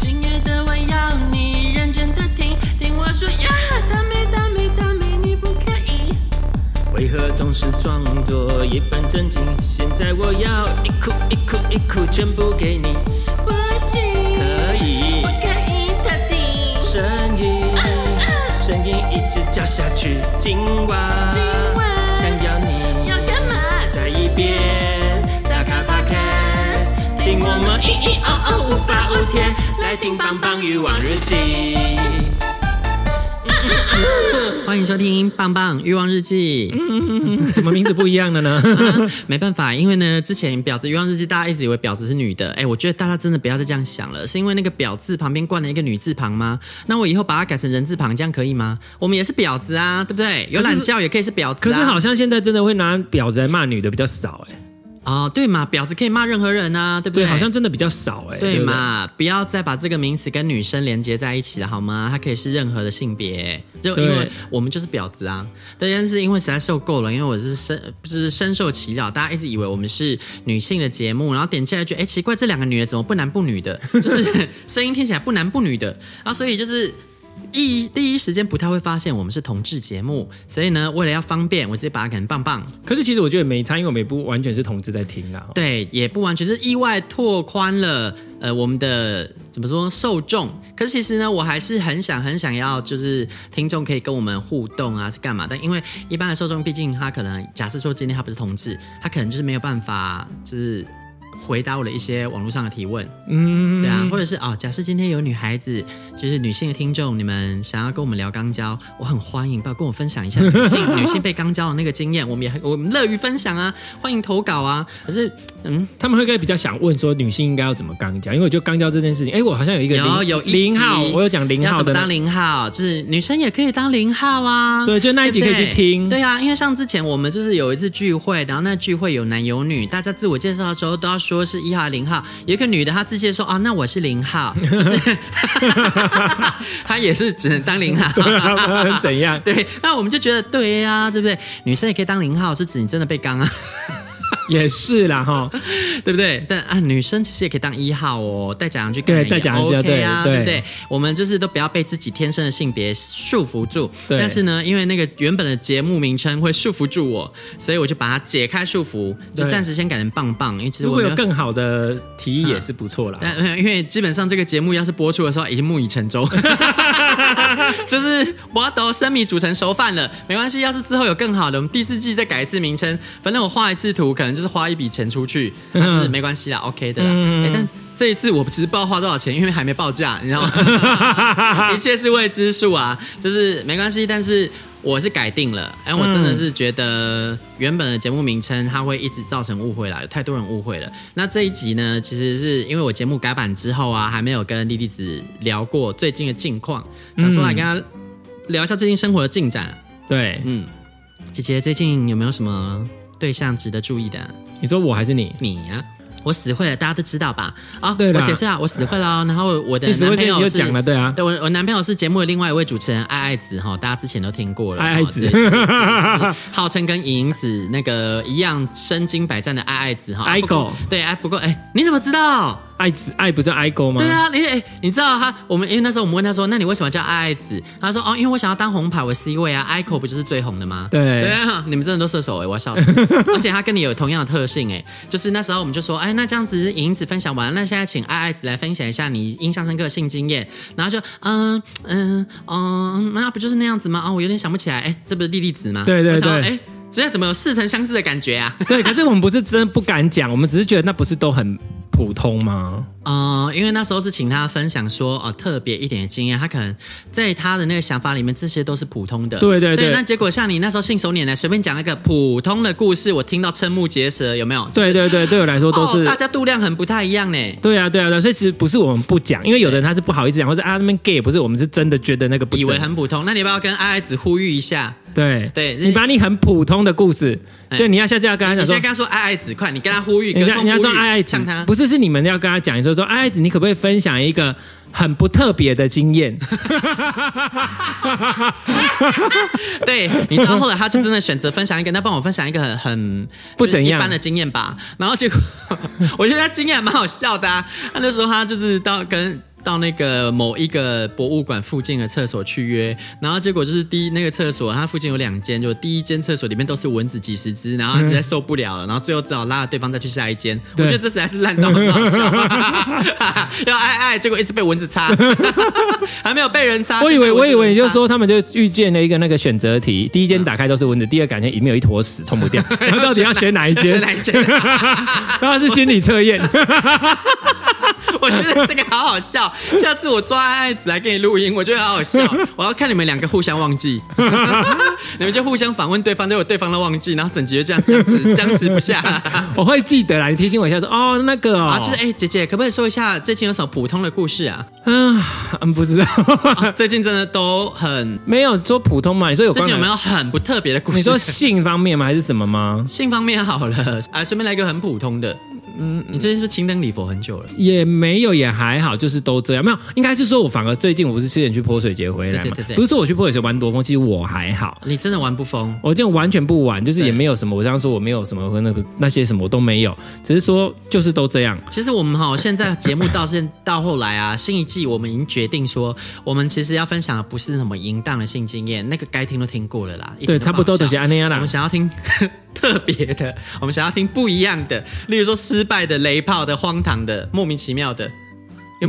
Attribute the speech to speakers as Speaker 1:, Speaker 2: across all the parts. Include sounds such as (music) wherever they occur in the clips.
Speaker 1: 今夜的我要你认真的听，听我说呀，大美大美大美，你不可以。
Speaker 2: 为何总是装作一本正经？现在我要一哭一哭一哭全部给你，
Speaker 1: 不行，
Speaker 2: 可
Speaker 1: (laughs)
Speaker 2: 以
Speaker 1: 不可以特地。
Speaker 2: 声音，声音一直叫下去。今晚，
Speaker 1: 今晚
Speaker 2: 想要你
Speaker 1: 要干嘛？
Speaker 2: 再一遍，打开 Podcast，听我们咿咿哦哦无法无天，来听棒棒鱼往日记。
Speaker 3: 欢迎收听《棒棒欲望日记》
Speaker 4: 嗯怎么名字不一样了呢？
Speaker 3: (laughs) 啊没办法，因为呢，之前《婊子欲望日记》大家一直以为婊子是女的，哎，我觉得大家真的不要再这样想了，是因为那个“婊”字旁边冠了一个女字旁吗？那我以后把它改成人字旁，这样可以吗？我们也是婊子啊，对不对？有懒觉也可以是婊子、
Speaker 4: 可
Speaker 3: 啊
Speaker 4: 是好像现在真的会拿婊子来骂女的比较少哎、
Speaker 3: 哦，对嘛，婊子可以骂任何人啊，对不
Speaker 4: 对，
Speaker 3: 对？
Speaker 4: 好像真的比较少哎、
Speaker 3: 对
Speaker 4: 不
Speaker 3: 嘛，不要再把这个名词跟女生连接在一起了，好吗？它可以是任何的性别，就因为
Speaker 4: 对
Speaker 3: 我们就是婊子啊。对但是因为实在受够了，因为我是深，就是深受其扰，大家一直以为我们是女性的节目，然后点进来就哎奇怪，这两个女的怎么不男不女的，就是声音听起来不男不女的，然后所以就是。一第一时间不太会发现我们是同志节目，所以呢，为了要方便，我直接把它改成棒棒。
Speaker 4: 可是其实我觉得没差，因为我们也不完全是同志在听啦。
Speaker 3: 对，也不完全是意外拓宽了呃我们的怎么说受众。可是其实呢，我还是很想很想要，就是听众可以跟我们互动啊，是干嘛？但因为一般的受众，毕竟他可能假设说今天他不是同志，他可能就是没有办法就是。回答我的一些网络上的提问，嗯，对啊，或者是哦，假设今天有女孩子，就是女性的听众，你们想要跟我们聊肛交，我很欢迎，不要跟我分享一下女性女性被肛交的那个经验，我们也很我们乐于分享啊，欢迎投稿啊。可是，嗯，
Speaker 4: 他们会该比较想问说女性应该要怎么肛交，因为我觉得肛交这件事情，哎、我好像有一个
Speaker 3: 有
Speaker 4: 零
Speaker 3: 有一集
Speaker 4: 零号，我有讲零
Speaker 3: 要
Speaker 4: 号
Speaker 3: 怎么
Speaker 4: 的
Speaker 3: 当零号，就是女生也可以当零号啊。
Speaker 4: 对就那一集
Speaker 3: 对不
Speaker 4: 可以
Speaker 3: 对
Speaker 4: 去听
Speaker 3: 对啊，因为像之前我们就是有一次聚会，然后那聚会有男有女，大家自我介绍的时候都要说是一号零号。有一个女的她自介说啊，那我是
Speaker 4: (laughs)
Speaker 3: 零号，就是她也是只能当
Speaker 4: (laughs)
Speaker 3: 零号。
Speaker 4: 怎样？
Speaker 3: (laughs)
Speaker 4: (laughs)
Speaker 3: 对，那我们就觉得对呀、对不对？女生也可以当零号，是指你真的被刚啊。
Speaker 4: 也是啦
Speaker 3: (laughs)
Speaker 4: 哈，
Speaker 3: 对不对？但啊，女生其实也可以当一号哦，带假洋去干
Speaker 4: 对带假洋去
Speaker 3: OK 啊，
Speaker 4: 对
Speaker 3: 不
Speaker 4: 对
Speaker 3: 对？我们就是都不要被自己天生的性别束缚住。
Speaker 4: 对
Speaker 3: 但是呢，因为那个原本的节目名称会束缚住我，所以我就把它解开束缚，就
Speaker 4: 对
Speaker 3: 暂时先改成棒棒，因为其实
Speaker 4: 如
Speaker 3: 我啊
Speaker 4: 果
Speaker 3: 没
Speaker 4: 有。更好的提议也是不错啦。
Speaker 3: 但呃因为基本上这个节目要是播出的时候，已经木已成舟，就是我都生米煮成熟饭了。没关系，要是之后有更好的，我们第四季再改一次名称。反正我画一次图，可能就是花一笔钱出去，那就是没关系啦，OK 的啦。诶但这一次我其实不知道花多少钱，因为还没报价，你知道吗？一切是未知数啊，就是没关系，但是。我是改定了，哎，我真的是觉得原本的节目名称它会一直造成误会啦，有太多人误会了。那这一集呢，其实是因为我节目改版之后啊，还没有跟莉莉子聊过最近的近况，想说来跟她聊一下最近生活的进展。
Speaker 4: 对，
Speaker 3: 嗯，姐姐最近有没有什么对象值得注意的啊、
Speaker 4: 你说我还是你？
Speaker 3: 你呀、我死会了，大家都知道吧？啊，
Speaker 4: 对啦
Speaker 3: 我解释啊，我死会了哦。然后我的
Speaker 4: 你死
Speaker 3: 男
Speaker 4: 会之
Speaker 3: 朋
Speaker 4: 前
Speaker 3: 友
Speaker 4: 你就是讲了，对啊，
Speaker 3: 对我我男朋友是节目的另外一位主持人爱爱子哈，大家之前都听过了。
Speaker 4: 爱爱子
Speaker 3: 哈对对对对就是 (laughs) 号称跟银子那个一样身经百战的爱爱子哈。啊
Speaker 4: 爱狗
Speaker 3: 不过对，哎，不过哎，你怎么知道？
Speaker 4: 爱子爱不是爱狗吗？
Speaker 3: 对，啊，你哎，你知道他我们因为那时候我们问他说，那你为什么叫爱爱子？他说哦，因为我想要当红牌，我 C 位啊，Ico 不就是最红的吗？
Speaker 4: 对
Speaker 3: 对啊，你们真的都射手哎、我要
Speaker 4: (laughs)
Speaker 3: 笑死。而且他跟你有同样的特性哎、就是那时候我们就说，哎，那这样子影子分享完，那现在请爱爱子来分享一下你印象深刻的性经验，然后就嗯嗯嗯，那、不就是那样子吗？啊、我有点想不起来，哎，这不是莉莉子吗？
Speaker 4: 对对
Speaker 3: 我想说
Speaker 4: 对
Speaker 3: 哎，直接怎么有似曾相识的感觉啊？
Speaker 4: 对，可是我们不是真的不敢讲，我们只是觉得那不是都很普通吗？
Speaker 3: 呃，因为那时候是请他分享说，呃，特别一点的经验，他可能在他的那个想法里面，这些都是普通的。
Speaker 4: 对对对
Speaker 3: 那结果像你那时候信手拈来，随便讲一个普通的故事，我听到瞠目结舌，有没有？
Speaker 4: 对对对，对我来说都
Speaker 3: 哦，
Speaker 4: 是
Speaker 3: 大。家度量很不太一样呢。
Speaker 4: 对啊，对啊，对啊，所以其实不是我们不讲，因为有的人他是不好意思讲，或者啊那边 gay 不是，我们是真的觉得那个不
Speaker 3: 以为
Speaker 4: 正
Speaker 3: 很普通，那你要不要跟爱爱子呼吁一下？
Speaker 4: 对
Speaker 3: 对
Speaker 4: 你把你很普通的故事，
Speaker 3: 哎
Speaker 4: 对，你要下次要跟他
Speaker 3: 你
Speaker 4: 讲说
Speaker 3: 现在跟，他说爱爱子，快，你跟他呼吁，
Speaker 4: 人
Speaker 3: 隔
Speaker 4: 家
Speaker 3: 空
Speaker 4: 人家说
Speaker 3: 呼吁
Speaker 4: 爱爱子
Speaker 3: 呛他，
Speaker 4: 不是是你们要跟他讲，就是说爱爱子，你可不可以分享一个很不特别的经
Speaker 3: (laughs)
Speaker 4: 验？
Speaker 3: (laughs) 对，你知道后来他就真的选择分享一个，那帮我分享一个很很
Speaker 4: 不怎样
Speaker 3: 就是一般的经验吧。然后结果我觉得他经验还蛮好笑的、啊，他那时候他就是到跟。到那个某一个博物馆附近的厕所去约，然后结果就是第一那个厕所，它附近有两间，就第一间厕所里面都是蚊子几十只，然后他实在受不了了，然后最后只好拉着对方再去下一间。我
Speaker 4: 对
Speaker 3: 觉得这实在是烂到很好笑， (laughs) 要爱爱，结果一直被蚊子插， (laughs) 还没有被人啊插。
Speaker 4: 我以为
Speaker 3: 先
Speaker 4: 我
Speaker 3: 被蚊
Speaker 4: 以
Speaker 3: 子
Speaker 4: 为你就
Speaker 3: 插
Speaker 4: 说他们就遇见了一个那个选择题，第一间打开都是蚊子，第二感觉里面有一坨屎冲不
Speaker 3: (laughs)
Speaker 4: 掉，然后到底要选哪一
Speaker 3: 选
Speaker 4: 间？
Speaker 3: (laughs) 哪一间？
Speaker 4: 然后是心理测
Speaker 3: (laughs)
Speaker 4: 验，
Speaker 3: 我觉得这个好好笑，下次我抓爱子来给你录音，我觉得好好 (laughs) 笑。我要看你们两个互相忘记， (laughs) 你们就互相反问对方，都有对方的忘记，然后整集就这样僵持 (laughs) 僵持不下。
Speaker 4: 我会记得啦。你提醒我一下说哦那个哦
Speaker 3: 啊，就是哎、姐姐，可不可以说一下最近有什么普通的故事啊？
Speaker 4: 嗯嗯不
Speaker 3: (laughs)
Speaker 4: 知道，
Speaker 3: 啊最近真的都很，
Speaker 4: 没有说普通嘛？你说有
Speaker 3: 最
Speaker 4: 关
Speaker 3: 近有没
Speaker 4: 哪
Speaker 3: 有很不特别的故事？
Speaker 4: 你说性方面吗？还是什么吗？
Speaker 3: 性方面好了，啊，随便来一个很普通的。嗯，你最近是不是情灯礼佛很久了？
Speaker 4: 也没有，也还好，就是都这样。没有，应该是说我反而最近我不是之前去泼水节回来嘛，
Speaker 3: 对对对对
Speaker 4: 不是说我去泼水节玩多疯，其实我还好。
Speaker 3: 你真的玩不疯？
Speaker 4: 我就完全不玩，就是
Speaker 3: 对
Speaker 4: 也没有什么。我这样说我没有什么和那个那些什么我都没有，只是说就是都这样。
Speaker 3: 其实我们哈、现在节目到现到后来啊，新一季我们已经决定说，我们其实要分享的不是什么淫荡的性经验，那个该听都听过了啦。一点
Speaker 4: 对，
Speaker 3: 都
Speaker 4: 差不多
Speaker 3: 好笑
Speaker 4: 都是安那样
Speaker 3: 我
Speaker 4: 啦
Speaker 3: 们。想要听 (laughs) 特别的，我们想要听不一样的，例如说失败的、雷炮的、荒唐的、莫名其妙的。有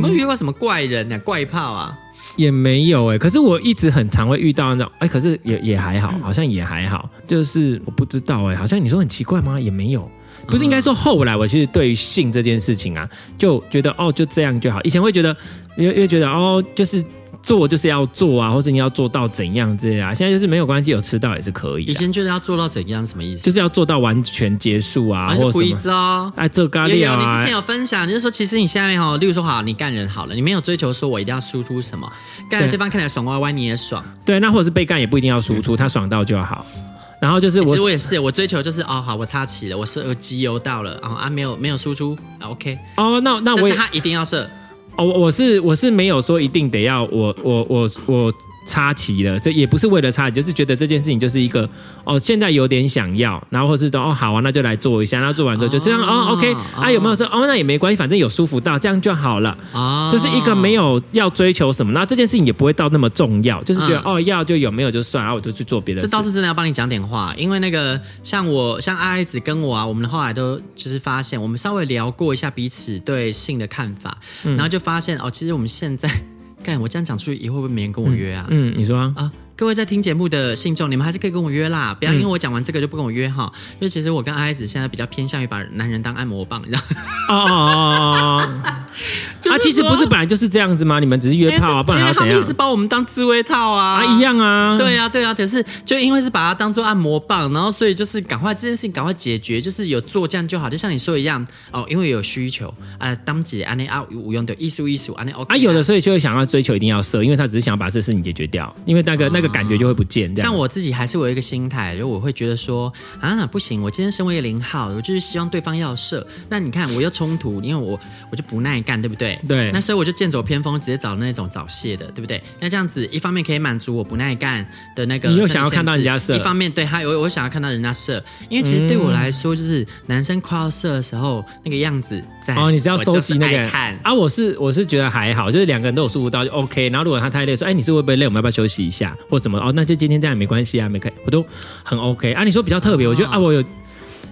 Speaker 4: 嗯
Speaker 3: 没有遇过什么怪人啊、怪炮啊？
Speaker 4: 也没有哎、可是我一直很常会遇到那种哎、可是也也还
Speaker 3: 嗯
Speaker 4: 好，好像也还好，就是我不知道哎、好像你说很奇怪吗？也没有。不是应
Speaker 3: 嗯
Speaker 4: 该说后来我其实对于性这件事情啊，就觉得哦就这样就好。以前会觉得，越越觉得哦就是做就是要做啊，或者你要做到怎样之类啊。现在就是没有关系，有吃到也是可以的，
Speaker 3: 以前觉得要做到怎样，什么意思？
Speaker 4: 就是要做到完全结束啊，
Speaker 3: 还
Speaker 4: 或
Speaker 3: 是
Speaker 4: 者
Speaker 3: 故
Speaker 4: 什
Speaker 3: 意
Speaker 4: 么
Speaker 3: 招？
Speaker 4: 哎这咖
Speaker 3: 有
Speaker 4: 喱
Speaker 3: 有，你
Speaker 4: 啊
Speaker 3: 之前，有分享，就是说，其实你现在哈，例如说，好，你干人好了，你没有追求说我一定要输出什么，干了
Speaker 4: 对
Speaker 3: 对方看起来爽歪歪，你也爽。
Speaker 4: 对，那或者是被干也不一定要输出，他爽到就好。然后就是
Speaker 3: 其
Speaker 4: 我
Speaker 3: 嗯实我也是，我追求就是哦，好，我插旗了，我射机油到了，然、后啊没有没有输出啊，OK，
Speaker 4: 哦，那那
Speaker 3: 但
Speaker 4: 我
Speaker 3: 是
Speaker 4: 也
Speaker 3: 他一定要射，
Speaker 4: 哦，我我是我是没有说一定得要我我我我插旗了，这也不是为了插旗，就是觉得这件事情就是一个哦，现在有点想要，然后或是说哦好啊，那就来做一下，然后做完之后就这样哦 OK 啊，有没有说哦那也没关系，反正有舒服到这样就好了。
Speaker 3: 啊，
Speaker 4: 就是一个没有要追求什么，那这件事情也不会到那么重要，就是觉得、
Speaker 3: 嗯
Speaker 4: 哦要就有，没有就算，然后我就去做别的
Speaker 3: 这
Speaker 4: 事。
Speaker 3: 倒是真的要帮你讲点话，因为那个像我像阿爱子跟我啊，我们后来都就是发现，我们稍微聊过一下彼此对性的看法，
Speaker 4: 嗯
Speaker 3: 然后就发现哦，其实我们现在，干我这样讲出去，以后会不会没人跟我约啊？
Speaker 4: 嗯，你说啊、
Speaker 3: 啊，各位在听节目的信众，你们还是可以跟我约啦，不要因为
Speaker 4: 嗯
Speaker 3: 我讲完这个就不跟我约哈，因为其实我跟阿爱子现在比较偏向于把男人当按摩棒，你知道。
Speaker 4: 哦哦哦哦
Speaker 3: (laughs)
Speaker 4: 哦，
Speaker 3: 就是
Speaker 4: 啊，其实
Speaker 3: 说
Speaker 4: 不是本来就是这样子吗？你们只是约炮啊，不然还要
Speaker 3: 哎因为他
Speaker 4: 怎
Speaker 3: 们
Speaker 4: 样
Speaker 3: 一直把我们当自慰套啊，
Speaker 4: 啊？一。样啊，
Speaker 3: 对啊，对啊，可是就因为是把它当做按摩棒，然后所以就是赶快这件事情赶快解决，就是有做这样就好，就像你说一样哦，因为有需求啊，当姐安内啊，我用的艺术艺术安内 OK
Speaker 4: 啊，有的所以就会想要追求一定要射，因为他只是想要把这事情解决掉，因为那个、那个感觉就会不见。这样
Speaker 3: 像我自己还是我有一个心态，就我会觉得说啊，不行，我今天身为一个零号，我就是希望对方要射。那你看我又冲突，因为我我就不耐干，对不对？对
Speaker 4: 对
Speaker 3: 那所以我就剑走偏锋，直接找那种早泄的，对不对？那这样子，一方面可以满足我不耐干的那个，
Speaker 4: 你又想要看到人家射
Speaker 3: 一方面对他有我想要看到人家射，因为其实对我来说，就是男生快要射的时候那个样子在，
Speaker 4: 哦，你只要
Speaker 3: 哎我就
Speaker 4: 收集
Speaker 3: 是
Speaker 4: 那个
Speaker 3: 爱看。
Speaker 4: 啊，我是我是觉得还好，就是两个人都有舒服到就 OK。然后如果他太累，说哎，你是会不会累？我们要不要休息一下或什么？哦，那就今天这样也没关系啊，没可以我都很 OK。啊，你说比较特别，我
Speaker 3: 哦
Speaker 4: 觉得啊，我有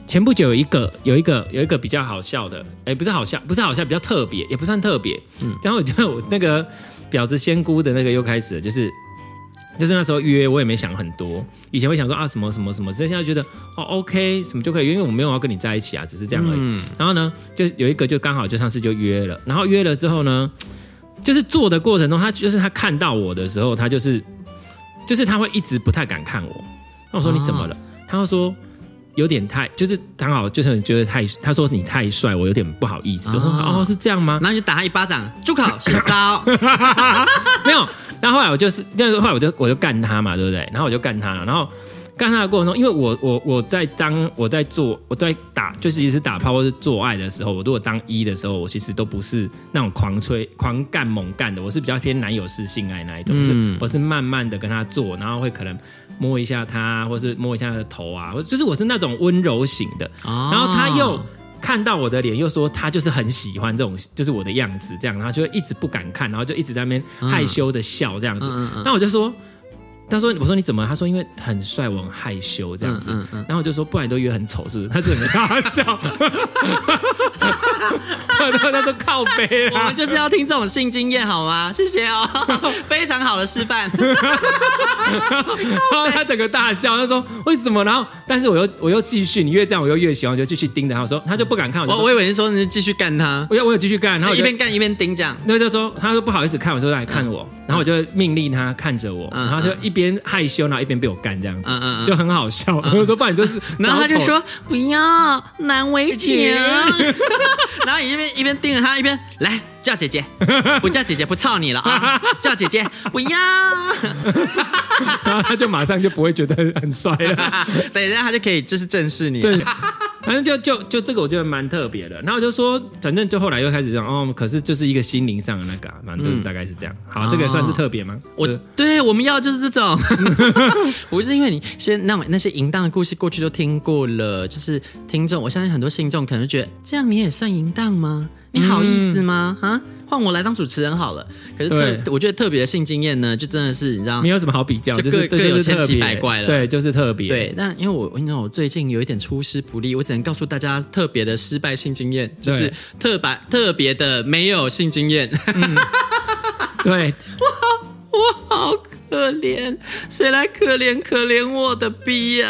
Speaker 4: 前不久有一个有一个有一个比较好笑的，哎，不是好笑，不是好笑，比较特别，也不算特别。
Speaker 3: 嗯
Speaker 4: 然后我觉得我那个婊子仙姑的那个又开始了，就是。就是那时候约，我也没想很多。以前会想说啊什么什么什么，现在觉得哦 OK 什么就可以，因为我没有要跟你在一起啊，只是这样而已。然后呢，就有一个就刚好就上次就约了，然后约了之后呢，就是做的过程中，他就是他看到我的时候，他就是就是他会一直不太敢看我。那我说你怎么了？他就说有点太，就是刚好就是觉得太，他说你太帅，我有点不好意思。我说
Speaker 3: 哦
Speaker 4: 哦是这样吗？
Speaker 3: 然后就打他一巴掌，
Speaker 4: (laughs)
Speaker 3: 住口，洗骚。
Speaker 4: 没有。然后后来我就是，但是后来我就我就干他嘛，对不对？然后我就干他了，然后干他的过程中，因为我我我在当我在做我在打，就是其实打炮或是做爱的时候，我如果当一的时候，我其实都不是那种狂吹狂干猛干的，我是比较偏男友式性爱那一种，就是我是慢慢的跟他做，然后会可能摸一下他，或是摸一下他的头啊，或就是我是那种温柔型的，
Speaker 3: 哦
Speaker 4: 然后他又。看到我的脸，又说他就是很喜欢这种，就是我的样子这样，然后就一直不敢看，然后就一直在那边害羞的笑这样子。
Speaker 3: 嗯嗯
Speaker 4: 那我就说，他说我说你怎么了？他说因为很帅，我很害羞这样子。
Speaker 3: 嗯嗯嗯
Speaker 4: 然后我就说不然你都约很丑是不是？他就很大笑，然后他说靠背
Speaker 3: (laughs) 我
Speaker 4: 啊
Speaker 3: 们。就是要听这种性经验好 (laughs) 吗？谢谢哦，非常好的示范。
Speaker 4: 然后他整个大笑，他说为什么？然后但是我又我又继续，你越这样我又越喜欢，我就继续盯着他。我说他就不敢看，我就
Speaker 3: (laughs) 我
Speaker 4: 说
Speaker 3: 我以为你说你是继续干他，
Speaker 4: 我要我有继续干，然后我
Speaker 3: 一
Speaker 4: 就
Speaker 3: 边干一边盯这样。
Speaker 4: 那就说，他说不好意思看我，说来看我，然后我就命令他看着我，
Speaker 3: 嗯
Speaker 4: 然后就一边害羞，然后一边被我干这样子
Speaker 3: 嗯嗯，嗯
Speaker 4: 就很好笑。我说不然你就是，
Speaker 3: 然后他就
Speaker 4: 找丑
Speaker 3: 说不要，难为情
Speaker 4: 姐。
Speaker 3: (laughs) 然后你一边一边盯着他，一边来叫姐 (laughs) 姐，不叫姐姐不操你了啊！叫姐姐不 (laughs) 要。
Speaker 4: 然 (laughs) 后他就马上就不会觉得很帅了。
Speaker 3: (laughs) 等一下他就可以就是正视你。
Speaker 4: 对，反正就就就这个我觉得蛮特别的。然后我就说，反正就后来又开始讲哦，可是就是一个心灵上的那个、啊，反正就是大概是这样。好，这个也算是特别吗？
Speaker 3: 嗯哦我
Speaker 4: 是
Speaker 3: 对我们要就是
Speaker 4: (laughs)
Speaker 3: 这种， (laughs) 不是因为你先那那些淫荡的故事过去都听过了，就是听众，我相信很多信众可能觉得这样你也算淫荡吗？你好意思吗？啊、换我来当主持人好了。可是特
Speaker 4: 嗯对
Speaker 3: 我觉得特别的性经验呢，就真的是你知道
Speaker 4: 没。有什么好比较，
Speaker 3: 就
Speaker 4: 就
Speaker 3: 各
Speaker 4: 是这
Speaker 3: 各
Speaker 4: 就
Speaker 3: 有
Speaker 4: 是
Speaker 3: 千
Speaker 4: 特
Speaker 3: 奇
Speaker 4: 别
Speaker 3: 百怪了
Speaker 4: 对，就是特别。
Speaker 3: 对，那因为我我跟你讲，我最近有一点出师不利，我只能告诉大家特别的失败性经验，就是
Speaker 4: 对
Speaker 3: 特白特别的没有性经验。 (laughs)
Speaker 4: 对，
Speaker 3: 我好可怜，谁来可怜可怜我的逼 (laughs) 呀、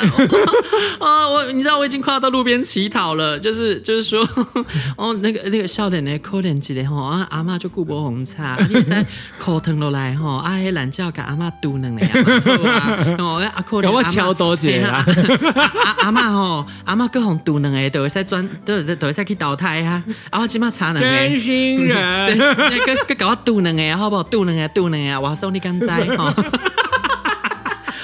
Speaker 3: 啊？我你知道我已经快要到路边乞讨了，就是就是说， (laughs) 哦，那个那个笑脸呢，可怜一个吼，啊阿嬷就顾不红茶，你在口疼落来吼，啊迄懒觉给阿嬷嘟两下，哦啊可怜，
Speaker 4: 给我敲多一下啦
Speaker 3: 啊啊阿嬷吼，阿嬷各红嘟两下，都会使转，都会使都会使去淘汰啊，啊我即马差两下
Speaker 4: 真。心人。
Speaker 3: 对，佮佮甲我赌两个，啊好不好？赌两个，赌两个，啊我送你干仔吼。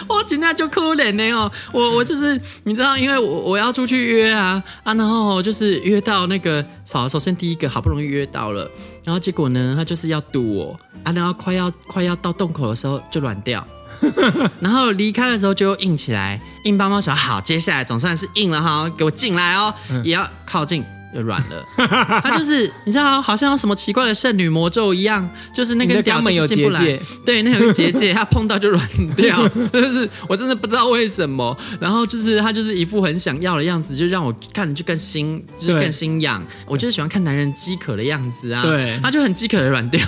Speaker 3: 我真的就可怜呢哦，我我就是你知道，因为我我要出去约啊啊，然后就是约到那个，好，首先第一个好不容易约到了，然后结果呢，他就是要堵我啊，然后快要快要到洞口的时候就软掉，然后离开的时候就又硬起来，硬邦邦说好，接下来总算是硬了哈，给我进来哦，
Speaker 4: 嗯
Speaker 3: 也要靠近。就软了，他就是你知道，好像有什么奇怪的圣女魔咒一样，就是那
Speaker 4: 你
Speaker 3: 根
Speaker 4: 的
Speaker 3: 屌
Speaker 4: 肛
Speaker 3: 就
Speaker 4: 门有
Speaker 3: 是进不
Speaker 4: 结
Speaker 3: 来
Speaker 4: 界，
Speaker 3: 对，那有个
Speaker 4: (laughs)
Speaker 3: 结界，他碰到就软掉， (laughs) 就是我真的不知道为什么。然后就是他就是一副很想要的样子，就让我看着就更心，就是
Speaker 4: 对
Speaker 3: 更心痒。我就是喜欢看男人饥渴的样子啊，
Speaker 4: 对
Speaker 3: 他就很饥渴的软掉。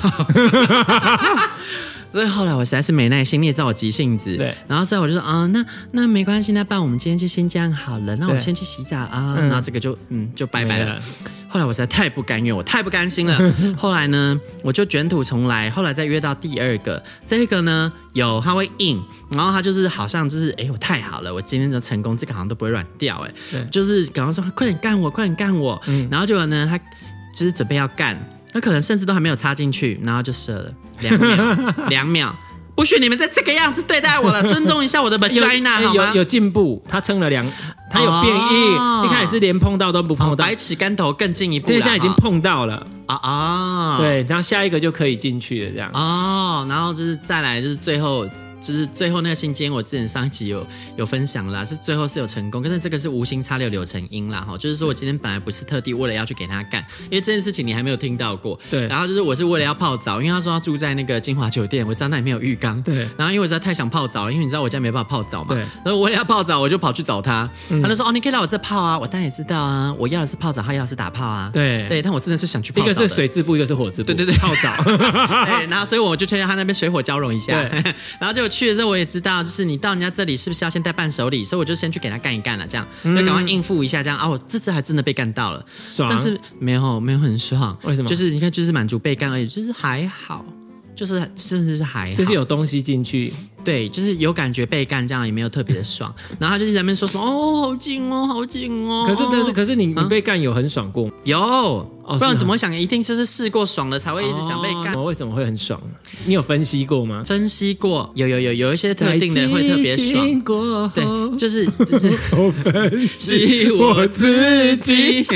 Speaker 3: 所以后来我实在是没耐心，你也知道我急性子，
Speaker 4: 对
Speaker 3: 然后所以我就说啊，那那没关系，那不然我们今天就先这样好了。那我
Speaker 4: 对
Speaker 3: 先去洗澡啊，
Speaker 4: 嗯
Speaker 3: 然后这个就嗯就拜拜
Speaker 4: 没
Speaker 3: 了
Speaker 4: 了。
Speaker 3: 后来我实在太不甘愿，我太不甘
Speaker 4: (laughs)
Speaker 3: 心了。后来呢，我就卷土重来，后来再约到第二个，这个呢有它会硬，然后它就是好像就是哎我太好了，我今天就成功，这个好像都不会软掉哎、
Speaker 4: 对嗯
Speaker 3: 就是刚刚说快点干我，快点干我，然后结果呢他就是准备要干，那可能甚至都还没有插进去，然后就射了
Speaker 4: (laughs)
Speaker 3: 两秒，两秒。不许你们再这个样子对待我了，尊重一下我的 vagina 好
Speaker 4: 哎有
Speaker 3: 吗
Speaker 4: 有？进步，他撑了两，它有变异。
Speaker 3: 哦
Speaker 4: 一开始是连碰到都不碰
Speaker 3: 哦，
Speaker 4: 到，
Speaker 3: 百尺竿头更进一步啦，
Speaker 4: 对，现在已经
Speaker 3: 哈
Speaker 4: 碰到了，
Speaker 3: 啊啊，
Speaker 4: 对，然后下一个就可以进去了，这样。
Speaker 3: 哦，然后就是再来就是最后就是最后那个信笺，我之前上一集有有分享啦，是最后是有成功，但是这个是无心插柳柳成荫啦哈，就是说我今天本来不是特地为了要去给他干，因为这件事情你还没有听到过，
Speaker 4: 对
Speaker 3: 然后就是我是为了要泡澡，因为他说他住在那个金华酒店，我知道那里面有浴缸，
Speaker 4: 对
Speaker 3: 然后因为我实在太想泡澡了，因为你知道我家没办法泡澡嘛
Speaker 4: 对，嗯
Speaker 3: 然后我为了要泡澡，我就跑去找他，他就说哦你可以来我这泡啊，我当然也知道啊，我要的是泡澡，他要的是打泡啊，
Speaker 4: 对
Speaker 3: 对，但我真的是想去泡
Speaker 4: 一
Speaker 3: 澡的，
Speaker 4: 个是水质部，一个是火质部，
Speaker 3: 对对对
Speaker 4: 泡澡。 (laughs)
Speaker 3: 对，然后所以我就劝他那边水火交融一下
Speaker 4: 对。
Speaker 3: (laughs) 然后就去的时候，我也知道，就是你到人家这里是不是要先带伴手礼，所以我就先去给他干一干了，这样
Speaker 4: 嗯
Speaker 3: 就赶快应付一下，这样啊，我这次还真的被干到了，
Speaker 4: 爽
Speaker 3: 但是没有没有很爽，
Speaker 4: 啊为什么
Speaker 3: 就是你看，就是满足被干而已，就是还好。就是甚至是还好，
Speaker 4: 就是有东西进去，
Speaker 3: 对，就是有感觉被干，这样也没有特别的爽。 (laughs) 然后他就一直在那边说什么哦，好紧哦，好紧哦。
Speaker 4: 可是但是
Speaker 3: 哦
Speaker 4: 可是你你
Speaker 3: 啊
Speaker 4: 被干有很爽过吗，
Speaker 3: 有，
Speaker 4: 是
Speaker 3: 不然怎
Speaker 4: 吗
Speaker 3: 么会想？一定就是试过爽了才会一直想被干。
Speaker 4: 哦为什么会很爽？你有分析过吗？
Speaker 3: 分析过，有有有有一些特定的会特别爽，
Speaker 4: 爽
Speaker 3: 对，
Speaker 4: (laughs)
Speaker 3: 就是就是
Speaker 4: 哦我分析我自己，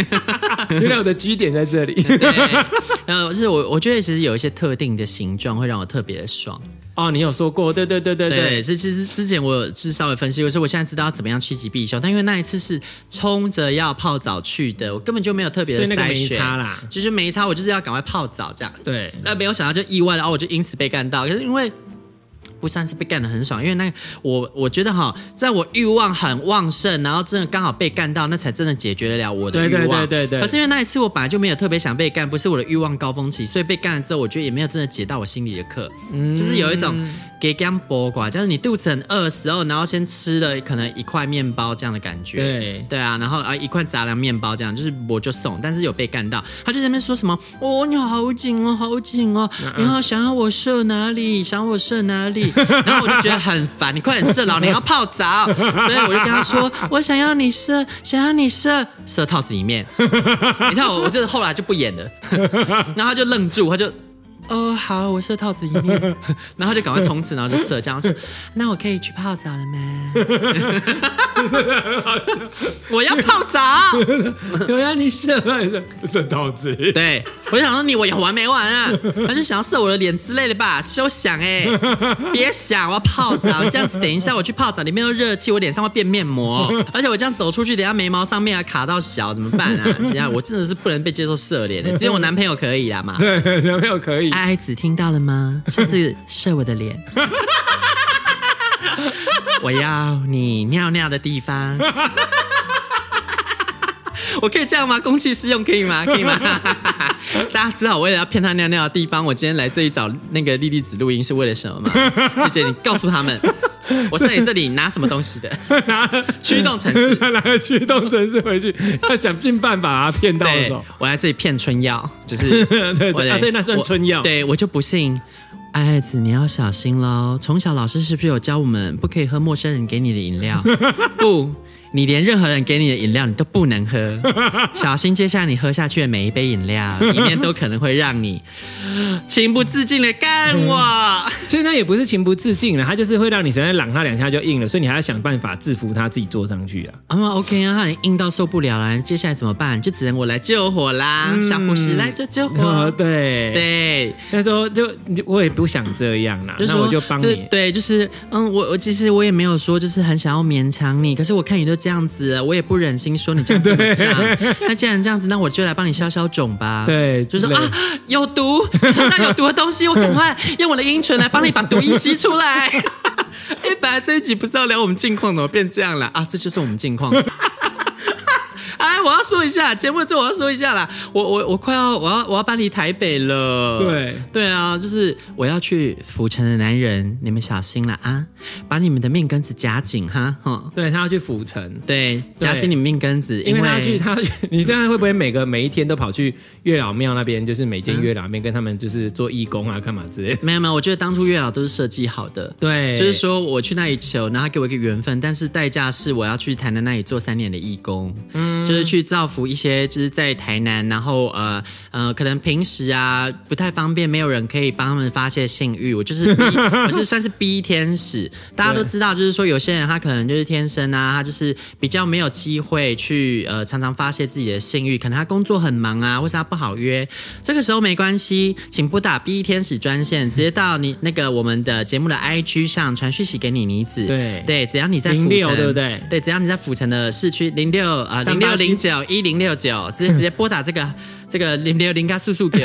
Speaker 4: 原来我的基点在这里。
Speaker 3: 对，然后就是我我觉得其实有一些特定的形状会让我特别的爽，
Speaker 4: 哦，你有说过，对对对对
Speaker 3: 对，
Speaker 4: 对，
Speaker 3: 是其实之前我有是稍微分析过，所以我现在知道要怎么样趋吉避凶，但因为那一次是冲着要泡澡去的，我根本就没有特别的
Speaker 4: 所以那个
Speaker 3: 筛
Speaker 4: 没
Speaker 3: 选，
Speaker 4: 差啦
Speaker 3: 就是没差，我就是要赶快泡澡这样，
Speaker 4: 对
Speaker 3: 但没有想到就意外，然后我就因此被干到，可是因为。不算是被干的很爽，因为那个我我觉得哈，在我欲望很旺盛，然后真的刚好被干到，那才真的解决得了我的
Speaker 4: 对
Speaker 3: 欲
Speaker 4: 对
Speaker 3: 望。
Speaker 4: 对对对
Speaker 3: 可是因为那一次我本来就没有特别想被干，不是我的欲望高峰期，所以被干了之后，我觉得也没有真的解到我心里的课，就是有一种给干波瓜，就是你肚子很饿的时候，然后先吃了可能一块面包这样的感觉。
Speaker 4: 对
Speaker 3: 对啊，然后啊一块杂粮面包这样，就是我就送，但是有被干到，他就在那边说什么哦你好紧哦好紧哦，你好想要我射哪里，想要我射哪里，然后我就觉得很烦，你快点射，老娘要泡澡，所以我就跟他说我想要你射，想要你射，射套子里面， (laughs) 你看我我就是后来就不演了， (laughs) 然后他就愣住，他就。哦，好，我射套子里面，然后他就赶快冲刺，然后就射，这样说，那我可以去泡澡了吗？ (laughs) 我要泡澡。
Speaker 4: 原来你射了，你射射到自己。
Speaker 3: 对，我就想说你我有完没完啊？他就想要射我的脸之类的吧，休想哎、别想，我要泡澡，这样子等一下我去泡澡，里面都热气，我脸上会变面膜，而且我这样走出去，等一下眉毛上面还卡到小，怎么办啊？这样我真的是不能被接受射脸的，只有我男朋友可以啦嘛。
Speaker 4: 对，男朋友可以，
Speaker 3: 爱爱子听到了吗？下次射我的脸。我要你尿尿的地方。 (laughs) 我可以这样吗？公器私用可以吗？可以吗？大家知道我为了要骗他尿尿的地方，我今天来这里找那个莉莉子录音是为了什么吗？姐姐，你告诉他们，我在你这里拿什么东西的？
Speaker 4: 拿
Speaker 3: 驱动城市
Speaker 4: 拿个驱动城市回去，要想尽办法把它骗到
Speaker 3: 对
Speaker 4: 手。，
Speaker 3: 我来这里骗春药，就是
Speaker 4: 对
Speaker 3: 我
Speaker 4: 对啊，对，那算
Speaker 3: 我
Speaker 4: 春药。
Speaker 3: 对我就不信。爱爱子，你要小心喽！从小老师是不是有教我们不可以喝陌生人给你的
Speaker 4: (laughs)
Speaker 3: 饮料？不，你连任何人给你的饮料你都不
Speaker 4: (laughs)
Speaker 3: 能喝，小心接下来你喝下去的每一杯饮料，里面都可能会让你 (gasps) 情不自禁的干我。
Speaker 4: 现在也不是情不自禁了，他就是会让你随便朗他两下就硬了，所以你还要想办法制服他自己坐上去啊。
Speaker 3: 啊、OK 啊，他很硬到受不了了，接下来怎么办？就只能我来救火啦！小护士来救救
Speaker 4: 嗯 (laughs) 哦，
Speaker 3: 火。
Speaker 4: 对，
Speaker 3: 对，
Speaker 4: 那时候就我也不想这样啦，
Speaker 3: 就
Speaker 4: 那
Speaker 3: 说
Speaker 4: 我就帮
Speaker 3: 对
Speaker 4: 你。
Speaker 3: 对，就是嗯，我我其实我也没有说就是很想要勉强你，可是我看你都这样子了，我也不忍心说你这样这么
Speaker 4: (laughs)
Speaker 3: 脏。那既然这样子，那我就来帮你消消肿吧。。
Speaker 4: 对，
Speaker 3: 就说
Speaker 4: 之类
Speaker 3: 啊
Speaker 4: 的，
Speaker 3: 有毒，看到有毒的东西，我赶快用我的阴唇来帮你把毒液吸出来。 (laughs) 哎，本来这一集不是要聊我们近况，怎么变这样了啊？这就是我们近况。 (laughs) 哎，我要说一下，节目最后我要说一下啦，我我我快要我要我要搬离台北了。
Speaker 4: 对
Speaker 3: 对啊，就是我要去府城的男人，你们小心了啊，把你们的命根子夹紧哈，哈，
Speaker 4: 对他要去府城，
Speaker 3: 对，夹紧你们命根子，
Speaker 4: 因
Speaker 3: 因
Speaker 4: 为
Speaker 3: 为
Speaker 4: 他要去，他要去，你这样会不会每个每一天都跑去月老庙那边，就是每间月老庙跟他们就是做义工啊，干嘛之类的？
Speaker 3: 没有没有，我觉得当初月老都是设计好的。
Speaker 4: 对，
Speaker 3: 就是说我去那里求，然后他给我一个缘分，但是代价是我要去台南那里做三年的义工，嗯，就是去造福一些就是在台南，然后呃呃，可能平时啊不太方便，没有人可以帮他们发泄性欲。我就是
Speaker 4: (laughs)
Speaker 3: 逼我是算是逼天使，大家都知道，就是说有些人他可能就是天生啊，他就是比较没有机会去呃常常发泄自己的性欲，可能他工作很忙啊，或是他不好约。这个时候没关系，请拨打 B 天使专线，直接到你那个我们的节目的 IG 上传讯息给你妮子。
Speaker 4: 对
Speaker 3: 对，只要你在
Speaker 4: 06
Speaker 3: 府城，
Speaker 4: 对不对
Speaker 3: 对，只要你在府城的市区零六啊零六零九一零六九，直接直接拨打这个。这个零六零八四四九，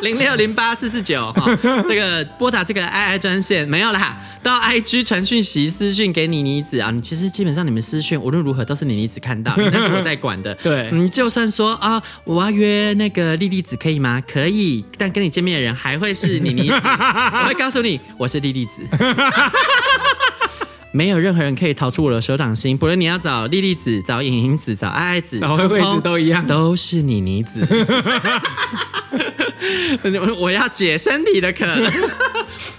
Speaker 3: 零六零八四四九哈，这个拨打这个 I I 专线没有啦，到 I G 传讯息私讯给你妮子啊，你其实基本上你们私讯无论如何都是你妮子看到，那是我在管的。
Speaker 4: 对
Speaker 3: 你就算说啊，我要约那个莉莉子可以吗？可以，但跟你见面的人还会是你妮子， (laughs) 我会告诉你我是莉莉子。 (laughs) 没有任何人可以逃出我的手掌心。不论你要找莉莉子、找影影子、找爱爱子、
Speaker 4: 找慧慧子
Speaker 3: 通通
Speaker 4: 都一样
Speaker 3: 都是你妮子。 (laughs) 我要解身体的渴。 (laughs)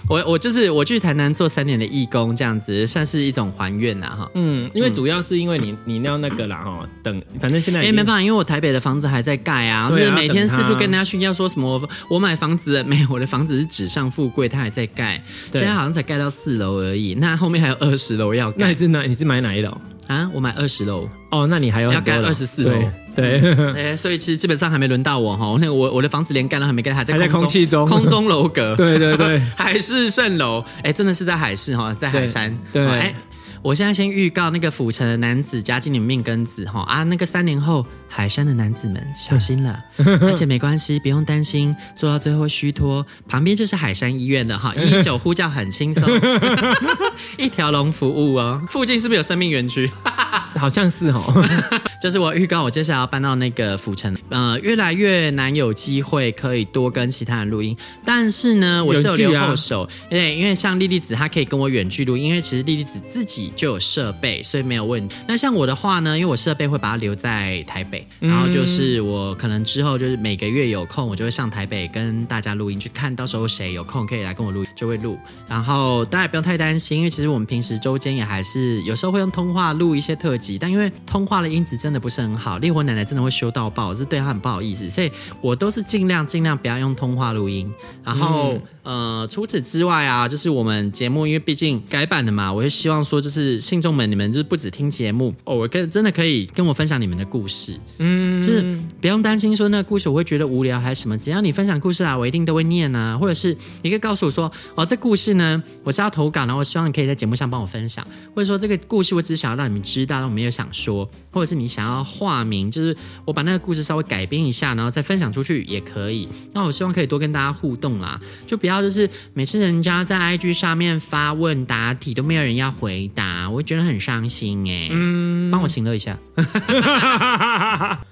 Speaker 3: 我我就是我去台南做三年的义工，这样子算是一种还愿呐、啊哈。
Speaker 4: 嗯，因为主要是因为你你要那个啦哈，等反正现在
Speaker 3: 哎、
Speaker 4: 已经
Speaker 3: 没办法，因为我台北的房子还在盖啊，就
Speaker 4: 对啊
Speaker 3: 是每天四处
Speaker 4: 等他
Speaker 3: 跟人家炫耀说什么我我买房子了没有，我的房子是纸上富贵，它还在盖，现
Speaker 4: 对
Speaker 3: 在好像才盖到四楼而已，那后面还有二十楼要
Speaker 4: 那
Speaker 3: 盖
Speaker 4: 你是哪你是买哪一楼？
Speaker 3: 啊，我买二十楼。
Speaker 4: 哦，那你还有很多
Speaker 3: 要盖
Speaker 4: 楼
Speaker 3: 24楼
Speaker 4: 对 (laughs) 对
Speaker 3: 哎、所以其实基本上还没轮到我哈，那个我我的房子连盖都还没盖，还在
Speaker 4: 还在
Speaker 3: 空
Speaker 4: 空气中
Speaker 3: 空中楼阁，
Speaker 4: (laughs) 对对对，
Speaker 3: (laughs) 海市蜃楼，哎、真的是在海市哈，在海山，
Speaker 4: 对对
Speaker 3: 哎、我现在先预告那个府城的男子加进你们命根子哈啊，那个三年后海山的男子们小
Speaker 4: (laughs)
Speaker 3: 心了，而且没关系，不用担心，做到最后虚脱，旁边就是海山医院
Speaker 4: (laughs)
Speaker 3: 了哈，一九呼叫很轻松， (laughs) 一条龙服务哦，附近是不是有生命园区？
Speaker 4: 好像是
Speaker 3: (laughs)
Speaker 4: 哦。
Speaker 3: 就是我预告，我接下来要搬到那个府城，呃，越来越难有机会可以多跟其他人录音。但是呢，我是有留后手，因为因为像莉莉子，她可以跟我远距录音，因为其实莉莉子自己就有设备，所以没有问题。那像我的话呢，因为我设备会把它留在台北，然后就是我可能之后就是每个月有空，我就会上台北跟大家录音，去看到时候谁有空可以来跟我录，就会录。然后大家也不用太担心，因为其实我们平时周间也还是有时候会用通话录一些特辑，但因为通话的音质真的不是很好，烈火奶奶真的会修到爆，我是对她很不好意思，所以我都是尽量尽量不要用通话录音。然后、呃，除此之外啊，就是我们节目因为毕竟改版了嘛，我就希望说就是信众们，你们就是不只听节目，偶尔跟真的可以跟我分享你们的故事。就是不用担心说那个故事我会觉得无聊还是什么，只要你分享故事啊，我一定都会念啊，或者是你可以告诉我说，哦，这故事呢，我是要投稿，然后我希望你可以在节目上帮我分享，或者说这个故事我只想要让你们知道，但我没有想说，或者是你想要化名，就是我把那个故事稍微改编一下，然后再分享出去也可以。那我希望可以多跟大家互动啦，就不要就是每次人家在 IG 上面发问答题都没有人要回答，我会觉得很伤心哎、嗯，帮我请乐一下。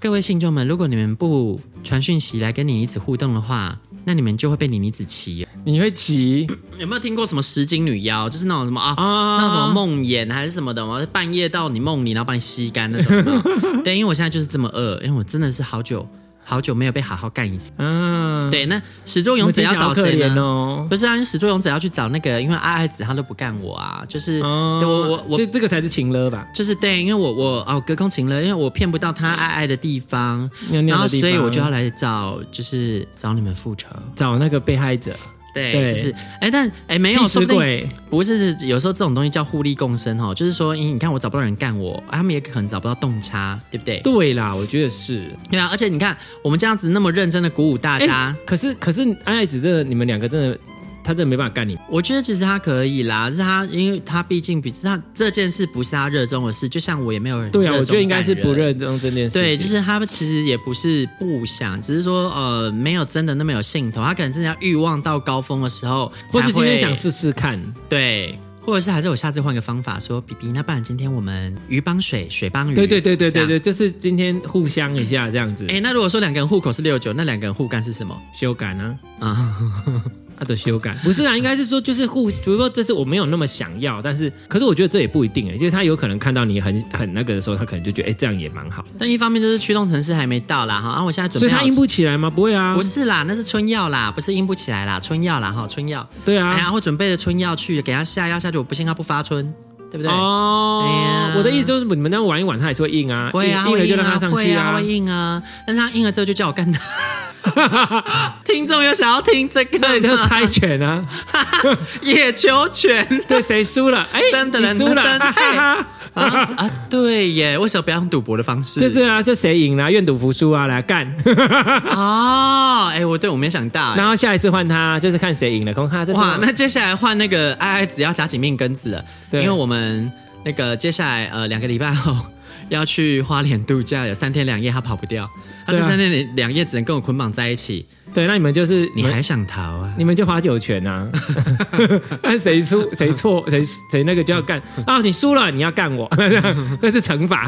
Speaker 3: 各位信众们，如果你们不传讯息来跟你妮子互动的话，那你们就会被你妮子骑。
Speaker 4: 你会骑
Speaker 3: 有没有听过什么十斤女妖？就是那种什么啊，
Speaker 4: 啊
Speaker 3: 那种什么梦魇还是什么的，我半夜到你梦里，然后把你吸干那
Speaker 4: (laughs)
Speaker 3: 种的。对，因为我现在就是这么饿，哎因为我真的是好久好久没有被好好干一次。
Speaker 4: 啊？，
Speaker 3: 对，那始作俑者要找谁呢？
Speaker 4: 哦。
Speaker 3: 不是啊，因为始作俑者要去找那个，因为爱爱子他都不干我啊，就是、
Speaker 4: 哦
Speaker 3: 对我我我
Speaker 4: 其实这个才是情勒吧？
Speaker 3: 就是对，因为我我哦隔空情了，因为我骗不到他爱爱的地方，
Speaker 4: 尿尿
Speaker 3: 然后
Speaker 4: 的地
Speaker 3: 啊所以
Speaker 4: 方
Speaker 3: 我就要来找，就是找你们复仇。
Speaker 4: 找那个被害者，
Speaker 3: 对，
Speaker 4: 对
Speaker 3: 就是哎，但哎没有，
Speaker 4: 替
Speaker 3: 说
Speaker 4: 死
Speaker 3: 不定
Speaker 4: 鬼，
Speaker 3: 不是，有时候这种东西叫互利共生哦，就是说，你你看我找不到人干我，啊他们也可能找不到洞察，对不对？
Speaker 4: 对啦，我觉得是。
Speaker 3: 对啊，而且你看我们这样子那么认真的鼓舞大
Speaker 4: 哎
Speaker 3: 家，
Speaker 4: 可是可是爱爱子真的，你们两个真的，他真的没办法干你。
Speaker 3: 我觉得其实他可以啦，就是他，因为他毕竟比他这件事不是他热衷的事，就像我也没有人
Speaker 4: 对啊，
Speaker 3: 热衷
Speaker 4: 我觉得应该是
Speaker 3: 干人
Speaker 4: 不认真这件事情。
Speaker 3: 对，就是他其实也不是不想，只是说呃没有真的那么有兴头，他可能真的要欲望到高峰的时候，
Speaker 4: 或者今天想
Speaker 3: 讲
Speaker 4: 试试看，
Speaker 3: 对。或者是还是我下次换个方法，说比比，那不然今天我们鱼帮水，水帮鱼。
Speaker 4: 对对对对
Speaker 3: 这
Speaker 4: 对
Speaker 3: 样
Speaker 4: 对，就是今天互相一下这样子，
Speaker 3: 哎、那如果说两个人户口是六九，那两个人互干是什么
Speaker 4: 修改呢？
Speaker 3: 啊？
Speaker 4: 他的修改不是啊，应该是说就是互，比如说这次我没有那么想要，但是可是我觉得这也不一定哎，就是他有可能看到你很很那个的时候，他可能就觉得哎、这样也蛮好，
Speaker 3: 但一方面就是驱动城市还没到啦哈，啊，我现在准
Speaker 4: 所
Speaker 3: 备
Speaker 4: 以他
Speaker 3: 好
Speaker 4: 硬不起来吗？不会啊，
Speaker 3: 不是啦，那是春药啦，不是硬不起来啦，春药啦哈，春药。
Speaker 4: 对啊，
Speaker 3: 哎呀，我准备了春药去给他下药下去，我不信他不发春。对不对？
Speaker 4: 哦
Speaker 3: 哎呀，
Speaker 4: 我的意思就是你们那样玩一玩，它也是会硬啊，
Speaker 3: 会啊，
Speaker 4: 硬硬
Speaker 3: 会
Speaker 4: 了
Speaker 3: 硬
Speaker 4: 就让
Speaker 3: 啊
Speaker 4: 它上
Speaker 3: 会
Speaker 4: 去 (laughs)
Speaker 3: 啊，会硬啊。但是他硬了之后就叫我干他。 (laughs) 听众有想要听这个吗？
Speaker 4: 那你就猜拳啊，
Speaker 3: 野球拳
Speaker 4: 对，谁输
Speaker 3: (laughs)
Speaker 4: 了？哎，
Speaker 3: 噔噔噔
Speaker 4: 你输了，
Speaker 3: 噔
Speaker 4: 哈哈哈。
Speaker 3: 啊啊，对耶，为什么不要用赌博的方式？
Speaker 4: 就是啊，这谁赢了？愿赌服输啊，来干！
Speaker 3: 哦，哎，我对我没想到哎。
Speaker 4: 然后下一次换他，就是看谁赢了。空哈，这是
Speaker 3: 哇，那接下来换那个爱爱子要夹紧命根子了，因
Speaker 4: 对
Speaker 3: 为我们那个接下来呃两个礼拜后要去花莲度假，有三天两夜他跑不掉，他这
Speaker 4: 对啊
Speaker 3: 三天两夜只能跟我捆绑在一起，
Speaker 4: 对，那你们就是你
Speaker 3: 你
Speaker 4: 们
Speaker 3: 还想逃啊？
Speaker 4: 你们就划九拳
Speaker 3: (laughs)
Speaker 4: 啊，看谁输谁错谁谁那个就要干啊！你输了你要干我， (laughs) 那是惩罚。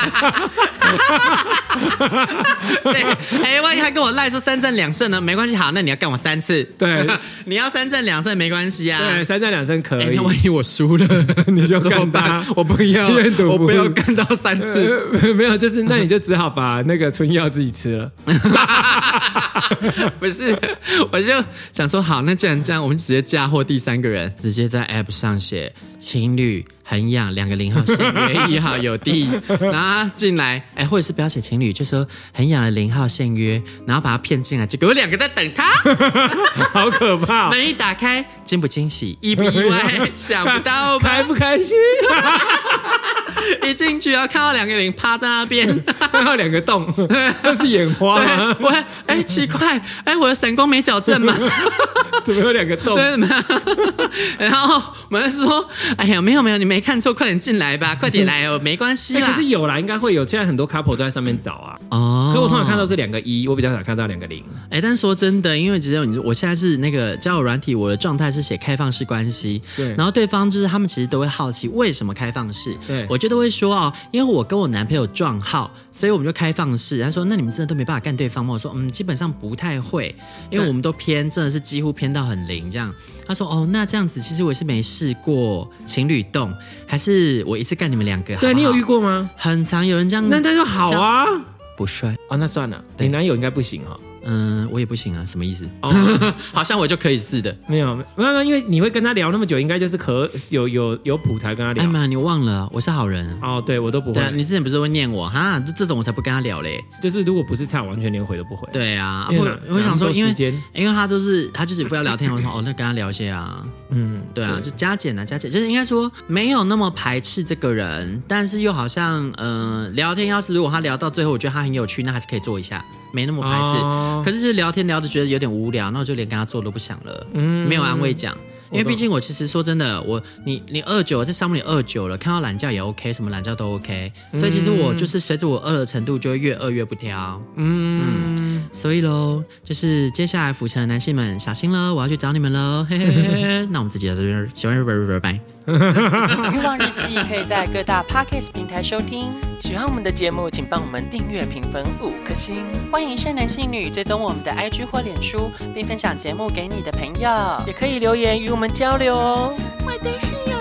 Speaker 3: 啊对，哎，万一他跟我赖说三战两胜呢？没关系，好，那你要干我三次。
Speaker 4: 对
Speaker 3: (laughs) 你要三战两胜没关系啊。
Speaker 4: 对，三战两胜可
Speaker 3: 哎，
Speaker 4: 以
Speaker 3: 那。万一我输了，
Speaker 4: (laughs) 你就
Speaker 3: 怎么
Speaker 4: 干
Speaker 3: 办
Speaker 4: 他？
Speaker 3: 我不要，
Speaker 4: 愿赌
Speaker 3: 我
Speaker 4: 服
Speaker 3: 不要
Speaker 4: 输
Speaker 3: 干到三次。
Speaker 4: 呃 (laughs) 没有，就是那你就只好把那个春药自己吃
Speaker 3: (laughs)
Speaker 4: 了。
Speaker 3: (laughs) 不是，我就想说，好，那既然这样，我们直接嫁祸第三个人，直接在 App 上写情侣很痒，两个零号是约一号有
Speaker 4: (laughs)
Speaker 3: 地，然后他进来，哎、或者是不要写情侣，就说很痒的零号现约，然后把他骗进来，就给我两个在等他，
Speaker 4: 好可怕、哦！
Speaker 3: 门一打开，惊不惊
Speaker 4: (laughs)
Speaker 3: 喜，意不意外，想不到吧
Speaker 4: 开？不开心？ (laughs)
Speaker 3: 一进去然后看到两个零趴在那边。
Speaker 4: 还有两个
Speaker 3: (laughs)
Speaker 4: 洞，那是眼花吗
Speaker 3: 对，？我哎、奇怪，哎、我的闪光没矫
Speaker 4: (laughs)
Speaker 3: 正吗？
Speaker 4: 怎么有两个洞？
Speaker 3: 对吗？然后我们就说：“哎呀，没有没有，你没看错，快点进来吧，快点来哦，没关系
Speaker 4: 哎
Speaker 3: 啦。
Speaker 4: 可是有啦，应该会有。现在很多 couple 都在上面找啊。
Speaker 3: 哦，
Speaker 4: 可我通常看到是两个一，我比较少看到两个零。
Speaker 3: 哎、但说真的，因为只有你，我现在是那个交友软体，我的状态是写开放式关系。
Speaker 4: 对
Speaker 3: 然后对方就是他们其实都会好奇为什么开放式。
Speaker 4: 对
Speaker 3: 我就都会说哦，因为我跟我男朋友撞号，所以我们就开放式。他说那你们真的都没办法干对方吗？我说嗯，基本上不太会，因为
Speaker 4: 对
Speaker 3: 我们都偏真的是几乎偏到很零这样。他说哦，那这样子其实我也是没试过情侣洞，还是我一次干你们两个好不好？
Speaker 4: 对你有遇？过吗？
Speaker 3: 很常有人这样，
Speaker 4: 嗯那那就好啊。
Speaker 3: 不帅。
Speaker 4: 啊，那算了，
Speaker 3: 对
Speaker 4: 你男友应该不行哦。
Speaker 3: 嗯，我也不行啊，什么意思？
Speaker 4: 哦，
Speaker 3: (laughs) 好像我就可以似的。
Speaker 4: 没有，没有，没有因为你会跟他聊那么久，应该就是可有有有谱才跟他
Speaker 3: 哎
Speaker 4: 聊。
Speaker 3: 妈，你忘了，我是好人。
Speaker 4: 哦，对我都不
Speaker 3: 对啊，
Speaker 4: 会，
Speaker 3: 你之前不是会念我哈？这这种我才不跟他聊嘞。
Speaker 4: 就是如果不是菜，我完全连回都不回。，
Speaker 3: 对啊，啊
Speaker 4: 因
Speaker 3: 不
Speaker 4: 为哪，
Speaker 3: 我想说，
Speaker 4: 哪那么多
Speaker 3: 因为
Speaker 4: 时间
Speaker 3: 因为他就是他就是不要聊天，我说 (laughs) 哦，那跟他聊一些啊。
Speaker 4: 嗯，
Speaker 3: 对啊，就加减啊，加减，就是应该说没有那么排斥这个人，但是又好像嗯、呃聊天要是如果他聊到最后，我觉得他很有趣，那还是可以做一下，没那么排斥。
Speaker 4: 哦
Speaker 3: 可是就是聊天聊的觉得有点无聊，那我就连跟他做都不想了，嗯，没有安慰奖。因
Speaker 4: 我
Speaker 3: 为
Speaker 4: 懂
Speaker 3: 毕竟我其实说真的，我你你二九在上面你二九了，看到懒觉也 OK，什么懒觉都 OK，所以其实我就是随着我饿的程度就会越饿越不挑，
Speaker 4: 嗯，
Speaker 3: 所以喽，就是接下来浮沉的男性们小心喽，我要去找你们喽，嘿嘿嘿
Speaker 4: (laughs)
Speaker 3: 嘿。那我们自己到这边，喜欢日本日本拜。
Speaker 5: (laughs) 欲望日记可以在各大 podcast 平台收听。喜欢我们的节目，请帮我们订阅、评分五颗星。欢迎善男信女追踪我们的 IG 或脸书，并分享节目给你的朋友，也可以留言与我们交流哦。
Speaker 1: 我的室友